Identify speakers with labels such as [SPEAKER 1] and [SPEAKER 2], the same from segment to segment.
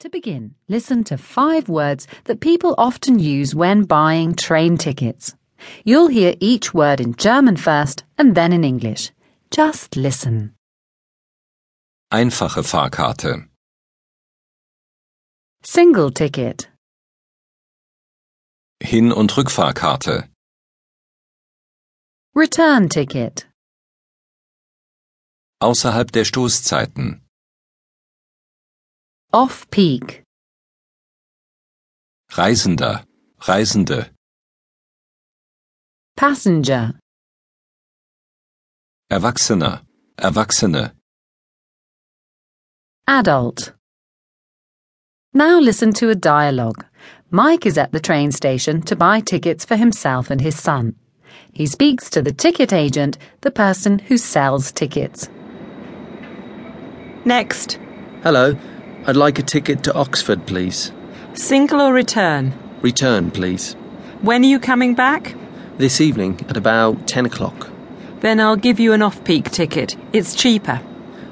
[SPEAKER 1] To begin, listen to five words that people often use when buying train tickets. You'll hear each word in German first and then in English. Just listen.
[SPEAKER 2] Einfache Fahrkarte.
[SPEAKER 1] Single ticket,
[SPEAKER 2] Hin- und Rückfahrkarte.
[SPEAKER 1] return ticket,
[SPEAKER 2] Außerhalb der Stoßzeiten.
[SPEAKER 1] off peak,
[SPEAKER 2] Reisender. Reisende.
[SPEAKER 1] passenger,
[SPEAKER 2] Erwachsener. Erwachsene.
[SPEAKER 1] adult. Now listen to a dialogue. Mike is at the train station to buy tickets for himself and his son. He speaks to the ticket agent, the person who sells tickets.
[SPEAKER 3] Next,
[SPEAKER 4] Hello, I'd like a ticket to Oxford, please.
[SPEAKER 3] single or return?
[SPEAKER 4] Return, please.
[SPEAKER 3] When are you coming back?
[SPEAKER 4] This evening at about 10 o'clock.
[SPEAKER 3] Then I'll give you an off peak ticket. It's cheaper.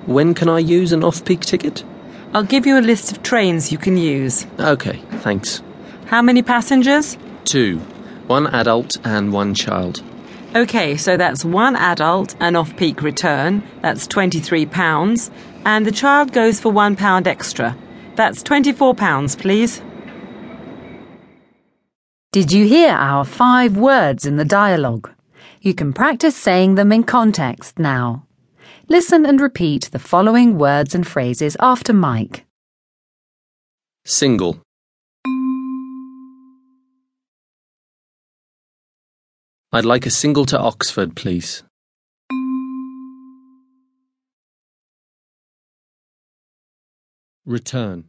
[SPEAKER 4] When can I use an off peak ticket?
[SPEAKER 3] I'll give you a list of trains you can use.
[SPEAKER 4] Okay, thanks.
[SPEAKER 3] How many passengers?
[SPEAKER 4] Two. One adult and one child.
[SPEAKER 3] Okay, so that's one adult, an off peak return, that's £23, and the child goes for £1 extra. That's £24, please.
[SPEAKER 1] Did you hear our five words in the dialogue? You can practice saying them in context now. Listen and repeat the following words and phrases after Mike.
[SPEAKER 4] Single. I'd like a single to Oxford, please. Return.